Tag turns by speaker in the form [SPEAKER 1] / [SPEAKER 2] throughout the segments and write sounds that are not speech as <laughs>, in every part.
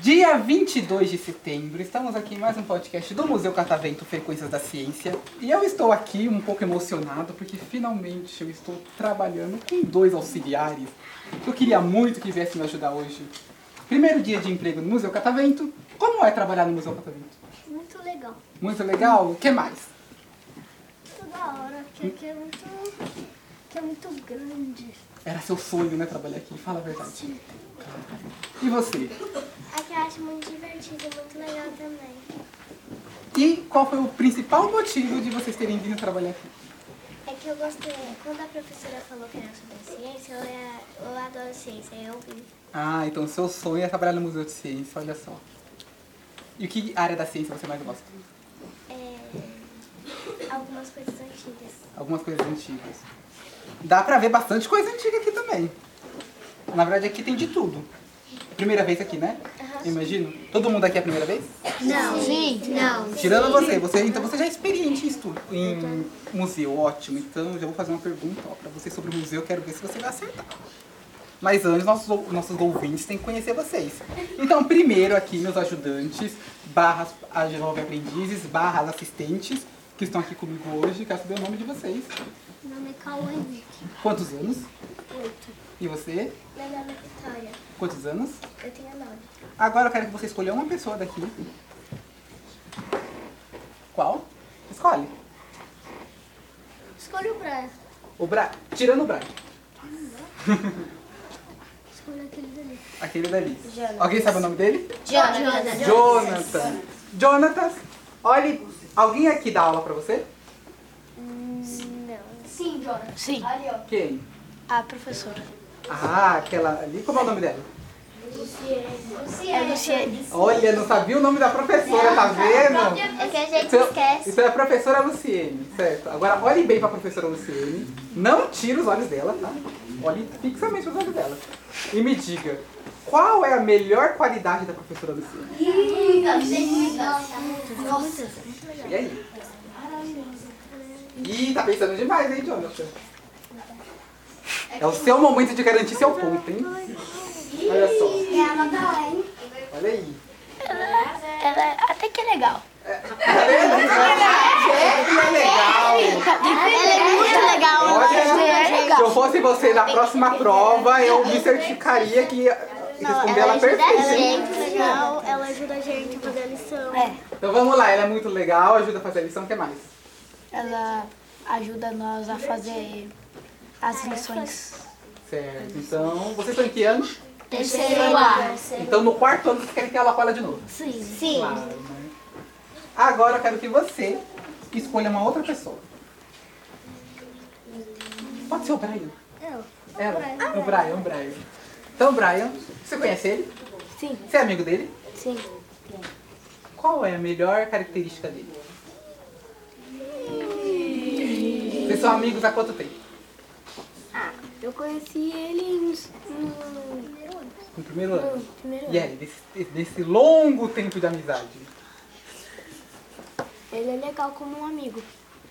[SPEAKER 1] Dia 22 de setembro, estamos aqui em mais um podcast do Museu Catavento Frequências da Ciência. E eu estou aqui um pouco emocionado porque finalmente eu estou trabalhando com dois auxiliares. Eu queria muito que viessem me ajudar hoje. Primeiro dia de emprego no Museu Catavento. Como é trabalhar no Museu Catavento?
[SPEAKER 2] Muito legal.
[SPEAKER 1] Muito legal? O que mais?
[SPEAKER 2] Muito da hora, que aqui é muito. que é muito grande.
[SPEAKER 1] Era seu sonho, né, trabalhar aqui? Fala a verdade. E você?
[SPEAKER 2] Aqui eu acho muito divertido, muito legal também.
[SPEAKER 1] E qual foi o principal motivo de vocês terem vindo trabalhar aqui?
[SPEAKER 2] É que eu gostei. Quando a professora falou que era sobre ciência, eu, ia- eu adoro ciência, eu vi.
[SPEAKER 1] Ah, então o seu sonho é trabalhar no Museu de Ciência, olha só. E que área da ciência você mais gosta?
[SPEAKER 2] é, algumas coisas antigas.
[SPEAKER 1] Algumas coisas antigas. Dá pra ver bastante coisa antiga aqui também. Na verdade, aqui tem de tudo. Primeira vez aqui, né?
[SPEAKER 2] Aham.
[SPEAKER 1] Imagino. Todo mundo aqui é a primeira vez?
[SPEAKER 2] Não, gente, não.
[SPEAKER 1] Tirando você, você, então você já é experiente em, estu- em museu, ótimo. Então já vou fazer uma pergunta ó, pra você sobre o museu, quero ver se você vai acertar. Mas antes, nossos, ou- nossos ouvintes têm que conhecer vocês. Então, primeiro aqui, meus ajudantes, barras a jovem aprendizes, barras assistentes, que estão aqui comigo hoje, quero saber o nome de vocês.
[SPEAKER 2] Meu nome é Cauã Henrique.
[SPEAKER 1] Quantos anos?
[SPEAKER 2] Oito.
[SPEAKER 1] E você?
[SPEAKER 2] Meu nome é Vitória.
[SPEAKER 1] Quantos anos?
[SPEAKER 2] Eu tenho nove.
[SPEAKER 1] Agora eu quero que você escolha uma pessoa daqui. Qual? Escolhe.
[SPEAKER 2] Escolha o branco.
[SPEAKER 1] O Bra... Tirando o Brian.
[SPEAKER 2] Escolha aquele dali.
[SPEAKER 1] Aquele dali. Alguém sabe o nome dele?
[SPEAKER 2] Jonathan.
[SPEAKER 1] Jonathan. Jonathan, olhe. Alguém aqui dá aula pra você?
[SPEAKER 2] Não. Sim, Jonathan.
[SPEAKER 3] Sim,
[SPEAKER 1] Quem?
[SPEAKER 3] a professora.
[SPEAKER 1] Ah, aquela ali. Como é o nome dela?
[SPEAKER 3] É Luciane.
[SPEAKER 1] Olha, não sabia o nome da professora, tá vendo?
[SPEAKER 2] É que a gente
[SPEAKER 1] Então,
[SPEAKER 2] esquece.
[SPEAKER 1] Isso é a professora Luciene, certo? Agora olhe bem pra professora Luciene. Não tire os olhos dela, tá? Olhe fixamente os olhos dela. E me diga, qual é a melhor qualidade da professora Luciene?
[SPEAKER 2] Nossa.
[SPEAKER 1] E aí? Ih, tá pensando demais, hein, Jonathan? É o seu momento de garantir seu ponto, hein? Olha só. Olha aí.
[SPEAKER 3] Ela até que é legal.
[SPEAKER 1] Tá vendo? É legal.
[SPEAKER 2] Ela é muito legal.
[SPEAKER 1] Olha, se eu fosse você na próxima prova, eu me certificaria que responder ela perfeito.
[SPEAKER 2] É gente, legal. Ela ajuda a gente a fazer a lição.
[SPEAKER 1] Então vamos lá, ela é muito legal, ajuda a fazer a lição, o que mais?
[SPEAKER 3] Ela ajuda nós a fazer as lições.
[SPEAKER 1] Certo, então, vocês estão em que ano?
[SPEAKER 2] Terceiro ar.
[SPEAKER 1] Então no quarto ano vocês querem que ela fala de novo.
[SPEAKER 2] Sim. Sim.
[SPEAKER 1] Claro, né? Agora eu quero que você escolha uma outra pessoa. Pode ser o Brian. É
[SPEAKER 2] Eu.
[SPEAKER 1] Ela. O Brian, o Brian. Então, Brian, você conhece ele?
[SPEAKER 3] Sim.
[SPEAKER 1] Você é amigo dele?
[SPEAKER 3] Sim.
[SPEAKER 1] Qual é a melhor característica dele? Vocês são amigos há quanto tempo?
[SPEAKER 2] Eu conheci ele no...
[SPEAKER 1] No primeiro ano.
[SPEAKER 2] primeiro
[SPEAKER 1] E aí, desse, desse longo tempo de amizade,
[SPEAKER 2] Ele é legal como um amigo.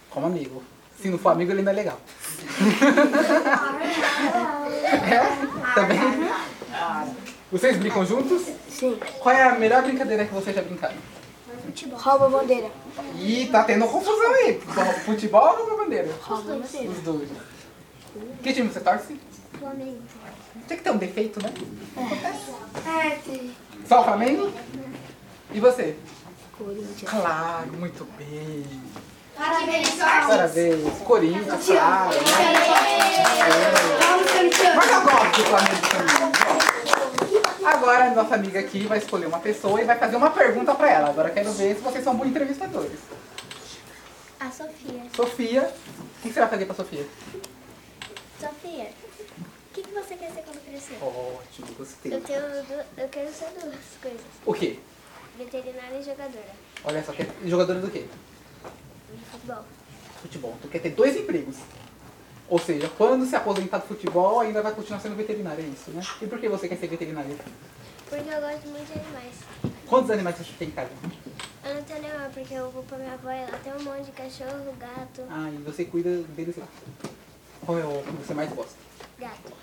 [SPEAKER 1] como amigo. Se não for amigo, ele não é legal. é? Também? Vocês brincam juntos?
[SPEAKER 2] Sim.
[SPEAKER 1] Qual é a melhor brincadeira que vocês já brincaram?
[SPEAKER 2] Rouba a bandeira.
[SPEAKER 1] Ih, tá tendo confusão aí. Futebol ou bandeira?
[SPEAKER 2] Rouba a bandeira.
[SPEAKER 1] Os dois. Que time você torce?
[SPEAKER 2] Flamengo.
[SPEAKER 1] Tem que ter um defeito, né?
[SPEAKER 2] Arte.
[SPEAKER 1] Só o Flamengo? E você?
[SPEAKER 2] Corinthians.
[SPEAKER 1] Claro, muito bem. Parabéns, Corinthians, claro. Né? É. Mas eu gosto do Flamengo também. Agora a nossa amiga aqui vai escolher uma pessoa e vai fazer uma pergunta pra ela. Agora eu quero ver se vocês são bons entrevistadores.
[SPEAKER 2] A Sofia.
[SPEAKER 1] Sofia, o que você vai fazer pra Sofia?
[SPEAKER 2] Sofia, o que, que você quer ser quando crescer?
[SPEAKER 1] Ótimo, gostei.
[SPEAKER 2] Eu, tenho du- eu quero ser duas coisas.
[SPEAKER 1] O quê?
[SPEAKER 2] Veterinária e jogadora
[SPEAKER 1] Olha só, quer- jogadora do quê?
[SPEAKER 2] de futebol.
[SPEAKER 1] Futebol. Tu quer ter dois empregos. Ou seja, quando se aposentar do futebol, ainda vai continuar sendo veterinária, é isso, né? E por que você quer ser veterinária?
[SPEAKER 2] Porque eu gosto muito de animais.
[SPEAKER 1] Quantos animais você tem em casa?
[SPEAKER 2] Eu não tenho nenhuma, porque eu vou pra minha avó e ela tem um monte de cachorro, gato,
[SPEAKER 1] Ah, e você cuida deles lá. Qual é o que você mais gosta?
[SPEAKER 2] gato.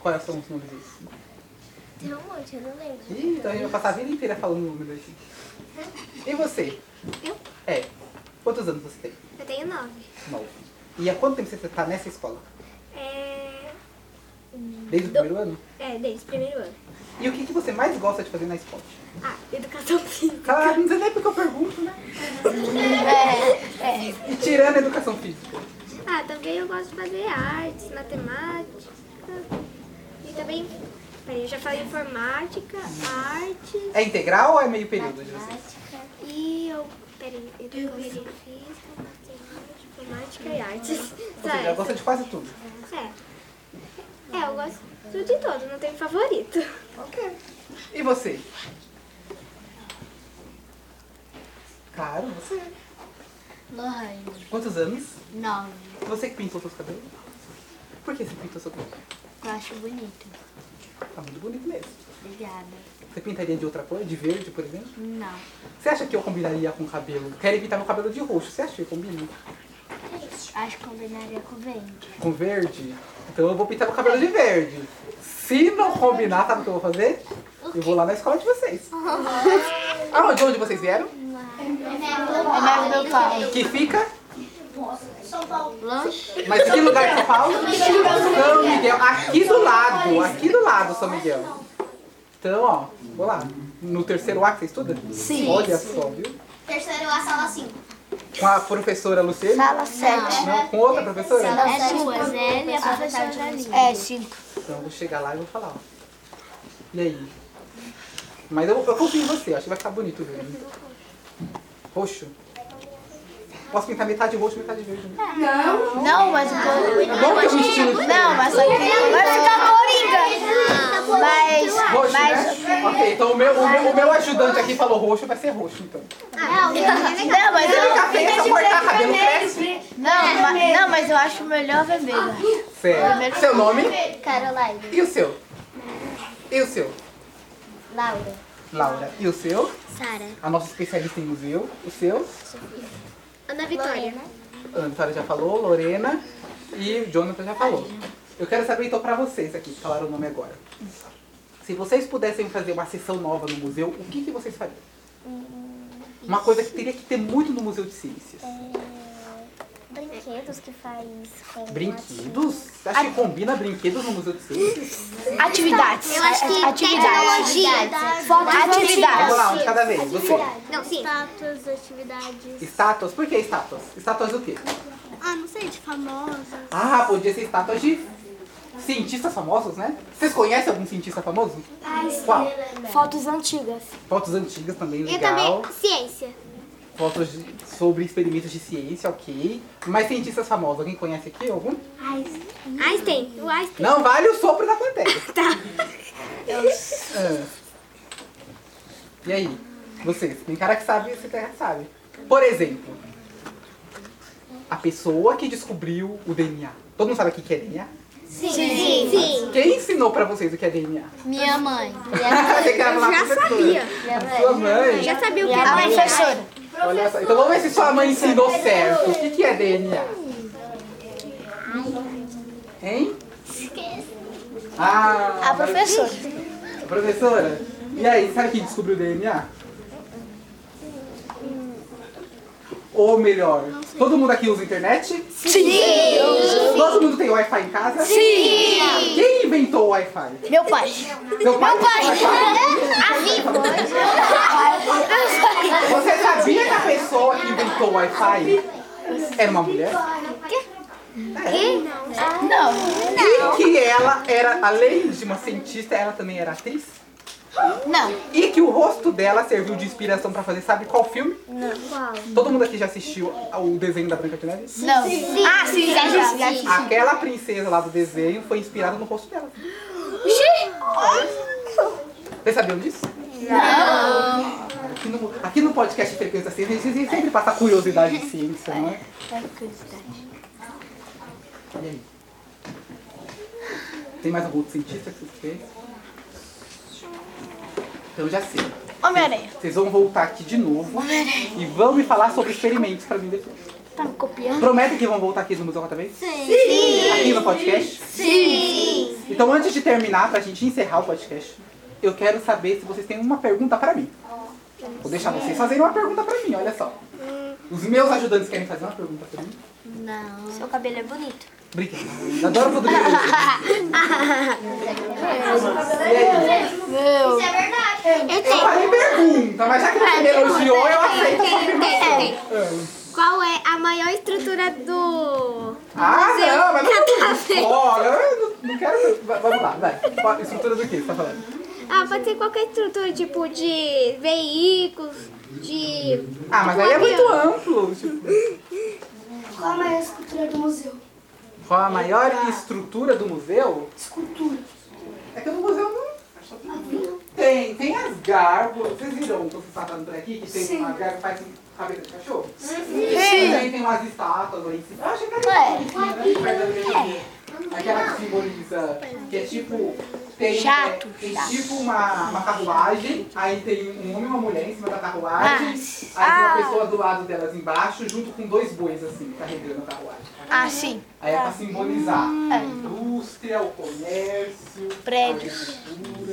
[SPEAKER 1] Quais são os nomes disso?
[SPEAKER 2] Tem um monte, eu não lembro.
[SPEAKER 1] Ih, então a gente vai passar a vida inteira falando número aqui. E você?
[SPEAKER 2] Eu?
[SPEAKER 1] É. Quantos anos você tem?
[SPEAKER 2] Eu tenho nove.
[SPEAKER 1] Nove. E há quanto tempo você está nessa escola?
[SPEAKER 2] É.
[SPEAKER 1] Desde o primeiro ano?
[SPEAKER 2] É, desde o primeiro ano.
[SPEAKER 1] E o que, que você mais gosta de fazer na escola?
[SPEAKER 2] Ah, educação física. <laughs>
[SPEAKER 1] Claro, não sei nem porque eu pergunto, né?
[SPEAKER 3] É, é.
[SPEAKER 1] E tirando a educação física.
[SPEAKER 2] Ah, também eu gosto de fazer artes, matemática. E também. Peraí, eu já falei informática, artes.
[SPEAKER 1] É integral ou é meio período de vocês?
[SPEAKER 2] E eu. Peraí, educação física, matemática, informática e artes.
[SPEAKER 1] Ou seja, ela gosta de quase tudo.
[SPEAKER 2] É. É, eu gosto de todo, não tenho favorito.
[SPEAKER 1] Ok. E você? Claro, você.
[SPEAKER 3] Lorraine.
[SPEAKER 1] Quantos anos?
[SPEAKER 3] Nove.
[SPEAKER 1] Você que pintou seus cabelos? Por que você pintou seu cabelo?
[SPEAKER 3] Eu acho bonito.
[SPEAKER 1] Tá muito bonito mesmo.
[SPEAKER 3] Obrigada.
[SPEAKER 1] Você pintaria de outra cor? De verde, por exemplo?
[SPEAKER 3] Não.
[SPEAKER 1] Você acha que eu combinaria com cabelo? Querem pintar meu cabelo de roxo. Você acha que combina?
[SPEAKER 3] Acho que combinaria com verde.
[SPEAKER 1] Com verde? Então eu vou pintar meu cabelo de verde. Se não combinar, sabe o que eu vou fazer? Eu vou lá na escola de vocês. Ah, de onde vocês vieram?
[SPEAKER 3] É mais meu pai.
[SPEAKER 1] Que fica?
[SPEAKER 3] Lanche.
[SPEAKER 1] Mas que lugar de São Paulo? São Miguel. Aqui do lado, aqui do lado, São Miguel. Então, ó, vou lá. No terceiro A que você estuda? Sim. Olha só, viu?
[SPEAKER 4] Terceiro A, sala 5.
[SPEAKER 1] Com a professora Lucille?
[SPEAKER 3] Sala 7.
[SPEAKER 1] Não, com outra professora?
[SPEAKER 3] É
[SPEAKER 4] tipo
[SPEAKER 3] sua,
[SPEAKER 2] Zé e a professora
[SPEAKER 3] É, 5.
[SPEAKER 1] Então eu vou chegar lá e vou falar, ó. E aí? Mas eu, eu confio em você, acho que vai ficar bonito o verde. Roxo? Posso pintar metade roxo, metade verde.
[SPEAKER 3] É.
[SPEAKER 1] né?
[SPEAKER 3] Não, mas o
[SPEAKER 1] É bom que é um estilo de
[SPEAKER 3] Não, mas aqui vai ficar coringa. Mas,
[SPEAKER 1] roxo,
[SPEAKER 3] mas...
[SPEAKER 1] né? Ok, então o meu, o, meu, o meu ajudante aqui falou roxo, vai ser roxo, então.
[SPEAKER 3] Não, mas eu...
[SPEAKER 1] Fica feio, é só cortar cabelo cresce.
[SPEAKER 3] Não, mas, não, mas eu acho melhor vermelho.
[SPEAKER 1] Certo. é Seu nome
[SPEAKER 4] Caroline.
[SPEAKER 1] e o seu? E o seu?
[SPEAKER 4] Laura.
[SPEAKER 1] Laura. E o seu?
[SPEAKER 2] Sara.
[SPEAKER 1] A nossa especialista em museu. O seu?
[SPEAKER 2] Ana Vitória.
[SPEAKER 1] Ana Vitória já falou, Lorena e o Jonathan já falou. Eu quero saber então pra vocês aqui, que falaram o nome agora. Se vocês pudessem fazer uma sessão nova no museu, o que, que vocês fariam? Uma coisa que teria que ter muito no Museu de Ciências.
[SPEAKER 4] É, Brinquedos que faz com
[SPEAKER 1] Brinquedos? Você acha que combina brinquedos no Museu de Ciências?
[SPEAKER 3] Atividades.
[SPEAKER 4] Eu acho que é
[SPEAKER 3] Atividades.
[SPEAKER 4] tecnologia.
[SPEAKER 1] Vamos
[SPEAKER 3] Atividades.
[SPEAKER 1] lá, um de cada vez. Você.
[SPEAKER 2] Não, sim.
[SPEAKER 4] Status, atividades.
[SPEAKER 1] Estátuas? Por que estátuas? Estátuas do quê?
[SPEAKER 4] Ah, não sei, de famosa.
[SPEAKER 1] Ah, podia ser estátuas de cientistas famosos, né? Vocês conhecem algum cientista famoso? Qual?
[SPEAKER 3] Fotos antigas.
[SPEAKER 1] Fotos antigas também,
[SPEAKER 4] E
[SPEAKER 1] legal.
[SPEAKER 4] também ciência.
[SPEAKER 1] Fotos de- sobre experimentos de ciência, ok. Mas cientistas famosos, alguém conhece aqui algum?
[SPEAKER 4] Hum.
[SPEAKER 2] Einstein. O Einstein.
[SPEAKER 1] Não vale o sopro da
[SPEAKER 2] <laughs>
[SPEAKER 1] plateia. tá. E aí, vocês? Tem cara que sabe, tem cara que sabe. Por exemplo, a pessoa que descobriu o DNA. Todo mundo sabe o que que é DNA?
[SPEAKER 4] Sim. Sim.
[SPEAKER 1] Quem ensinou pra vocês o que é DNA?
[SPEAKER 3] Minha mãe.
[SPEAKER 1] <laughs> Você quer falar
[SPEAKER 2] é, já
[SPEAKER 1] com a pessoa?
[SPEAKER 2] sabia.
[SPEAKER 1] A Sua mãe?
[SPEAKER 2] Já sabia o que
[SPEAKER 3] A
[SPEAKER 2] era Einstein.
[SPEAKER 3] professora.
[SPEAKER 1] Olha só. Então vamos ver se sua mãe ensinou certo. O que, que é DNA? Hein? Ah,
[SPEAKER 3] A professora.
[SPEAKER 1] a professora. E aí, sabe quem descobriu o DNA? Ou melhor, todo mundo aqui usa internet? Sim! Todo mundo tem Wi-Fi em casa? Sim! Quem inventou o Wi-Fi?
[SPEAKER 3] Meu pai.
[SPEAKER 1] Meu pai. Você sabia que a pessoa que inventou o Wi-Fi era uma mulher?
[SPEAKER 3] Não.
[SPEAKER 1] E que ela era, além de uma cientista, ela também era atriz?
[SPEAKER 3] Não.
[SPEAKER 1] E que o rosto dela serviu de inspiração pra fazer, sabe qual filme? Todo mundo aqui já assistiu o desenho da Branca de Neve?
[SPEAKER 3] Não. Ah, sim, já, já, já.
[SPEAKER 1] Aquela princesa lá do desenho foi inspirada no rosto dela. Vocês sabiam disso? Não. Aqui no, aqui no podcast Frequência Ciência, a gente sempre passa curiosidade de ciência, não é? E aí? Tem mais algum outro cientista que você fez? Então já sei.
[SPEAKER 3] Homem-Aranha.
[SPEAKER 1] Vocês vão voltar aqui de novo e vão me falar sobre experimentos pra mim depois.
[SPEAKER 3] Tá me copiando?
[SPEAKER 1] Prometem que vão voltar aqui no museu outra vez?
[SPEAKER 4] Sim.
[SPEAKER 1] Aqui no podcast?
[SPEAKER 4] Sim.
[SPEAKER 1] Então, antes de terminar, pra gente encerrar o podcast, eu quero saber se vocês têm uma pergunta pra mim. Vou deixar vocês fazerem uma pergunta pra mim, olha só. Os meus ajudantes querem fazer uma pergunta pra mim?
[SPEAKER 3] Não. Seu cabelo é bonito.
[SPEAKER 1] Obrigada. Eu Adoro fazer perguntas. E aí?
[SPEAKER 3] Meu.
[SPEAKER 4] Isso é verdade.
[SPEAKER 2] Eu
[SPEAKER 1] Eu falei pergunta, mas já que você me elogiou, eu aceito a sua
[SPEAKER 2] tenho.
[SPEAKER 1] pergunta.
[SPEAKER 2] Qual é a maior estrutura do.
[SPEAKER 1] Ah, não, mas
[SPEAKER 2] Nada a ver.
[SPEAKER 1] não. Olha, eu não- não quero. Va- Vamos lá, vai. Qual- Estrutura do que você tá falando?
[SPEAKER 2] Ah, pode ser qualquer estrutura, tipo de veículos, de.
[SPEAKER 1] Ah, mas aí é muito amplo. tipo.
[SPEAKER 4] Qual a maior escultura do museu?
[SPEAKER 1] Qual a maior estrutura do museu?
[SPEAKER 4] Escultura. Ah,
[SPEAKER 1] É que no museu não. Tem, tem as gárgulas. Vocês viram que eu fui passando por aqui? Que tem uma gárgula que faz com cabeça de cachorro? Sim. Também tem umas estátuas aí. em cima. Eu achei que era isso,
[SPEAKER 4] É.
[SPEAKER 1] né? Perto da minha vida. Aquela que simboliza. Que é tipo. Tem,
[SPEAKER 3] Chato,
[SPEAKER 1] é, tem
[SPEAKER 3] chato.
[SPEAKER 1] tipo uma, uma carruagem, aí tem um homem e uma mulher em cima da
[SPEAKER 3] Ah.
[SPEAKER 1] carruagem, aí tem uma pessoa do lado delas embaixo, junto com dois bois assim, carregando a carruagem.
[SPEAKER 3] Ah, sim. Hum.
[SPEAKER 1] Aí é pra simbolizar a indústria, o comércio,
[SPEAKER 3] Prédios.
[SPEAKER 1] a agricultura.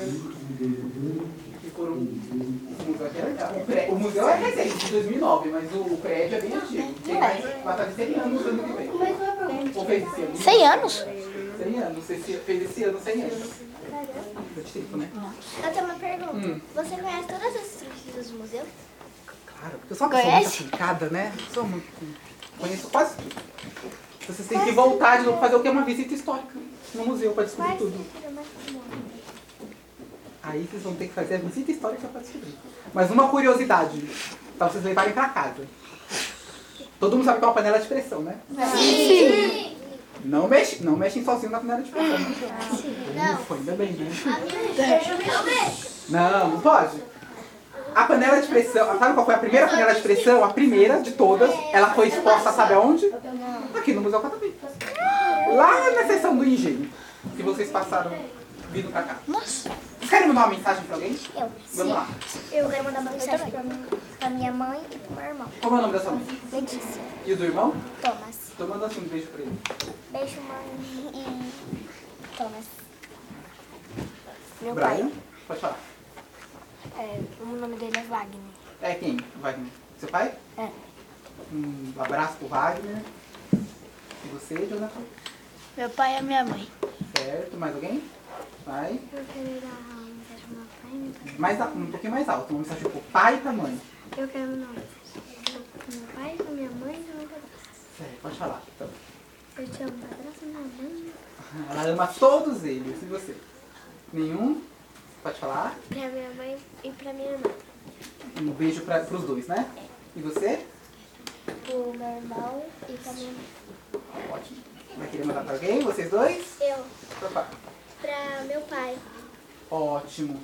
[SPEAKER 1] Que foram. O museu aqui é legal. O, pré- o museu é recente, de 2009, mas o prédio é bem antigo. Tem mais, vai fazer 100 anos ano que vem. Ou fez esse ano?
[SPEAKER 3] 100 anos?
[SPEAKER 1] 100 anos, esse, fez esse ano 100 anos. Bastante tempo, né?
[SPEAKER 4] Eu tenho uma pergunta.
[SPEAKER 1] Hum.
[SPEAKER 4] Você conhece todas as estruturas do museu?
[SPEAKER 1] Claro, porque eu sou uma pessoa muito
[SPEAKER 3] Conhece?
[SPEAKER 1] aplicada, né? Sou muito. Conheço quase tudo. Vocês têm que voltar de novo fazer o que é uma visita histórica no museu para descobrir tudo. Aí vocês vão ter que fazer a visita histórica para descobrir. Mas uma curiosidade, para vocês levarem para casa. Todo mundo sabe que é uma panela de pressão, né? Sim. Não, mexe, não mexem sozinho na panela de pressão. Não. Ufa, ainda bem, né? Não, não pode. A panela de pressão, sabe qual foi a primeira panela de pressão? A primeira de todas. Ela foi exposta, sabe aonde? Aqui no Museu Catavento. Lá na seção do engenho. Que vocês passaram vindo pra cá.
[SPEAKER 3] Nossa.
[SPEAKER 1] Vocês querem mandar uma mensagem pra alguém?
[SPEAKER 4] Eu.
[SPEAKER 1] Vamos lá.
[SPEAKER 4] Eu quero mandar uma mensagem pra, mim, pra minha mãe e pro meu irmão.
[SPEAKER 1] Qual é o nome da sua mãe?
[SPEAKER 4] Letícia.
[SPEAKER 1] E o do irmão?
[SPEAKER 4] Thomas.
[SPEAKER 1] Tô mandando assim um beijo pra ele.
[SPEAKER 4] Beijo, mãe. E. Thomas. Meu
[SPEAKER 1] Brian? Pode falar.
[SPEAKER 4] É, o nome dele é Wagner.
[SPEAKER 1] É quem? O Wagner. Seu pai?
[SPEAKER 4] É.
[SPEAKER 1] Um abraço pro Wagner. E você, Jonathan?
[SPEAKER 3] Meu pai e a minha mãe.
[SPEAKER 1] Certo. Mais alguém? Vai.
[SPEAKER 2] Eu quero dar uma mensagem pro meu pai.
[SPEAKER 1] Mais, a- um pouquinho mais alto. Uma mensagem pro pai e pra mãe.
[SPEAKER 2] Eu quero dar uma mensagem pro meu pai, pra minha mãe e pro meu padrasto.
[SPEAKER 1] Certo. Pode falar. Então,
[SPEAKER 2] Eu te amo, padrasto, minha mãe.
[SPEAKER 1] ela ama todos eles. E você? Nenhum? Pode falar.
[SPEAKER 2] Pra minha mãe e pra minha irmã.
[SPEAKER 1] Um beijo pra, pros dois, né? E você?
[SPEAKER 4] Pro meu irmão e pra minha mãe.
[SPEAKER 1] Ótimo. Vai querer mandar pra alguém? Vocês dois?
[SPEAKER 4] Eu.
[SPEAKER 1] Opa.
[SPEAKER 4] Pra meu pai.
[SPEAKER 1] Ótimo.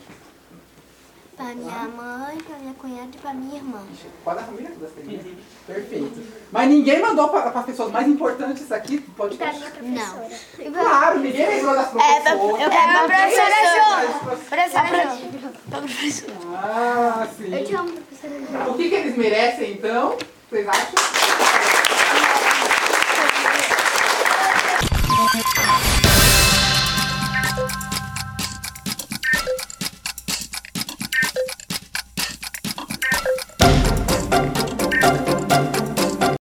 [SPEAKER 4] Pra minha mãe, pra minha cunhada e pra minha irmã.
[SPEAKER 1] Quase a família toda tem, né? Perfeito. Mas ninguém mandou para as pessoas mais importantes aqui do podcast.
[SPEAKER 4] Não.
[SPEAKER 1] Claro, ninguém lembrou das
[SPEAKER 3] Tá, É,
[SPEAKER 1] professoras.
[SPEAKER 3] pra, eu quero pra professora Jô.
[SPEAKER 1] Mas-
[SPEAKER 3] Professora Jô. Pra professora.
[SPEAKER 1] Ah, sim.
[SPEAKER 4] Eu te amo, professora.
[SPEAKER 1] O que, que eles merecem, então? Vocês acham?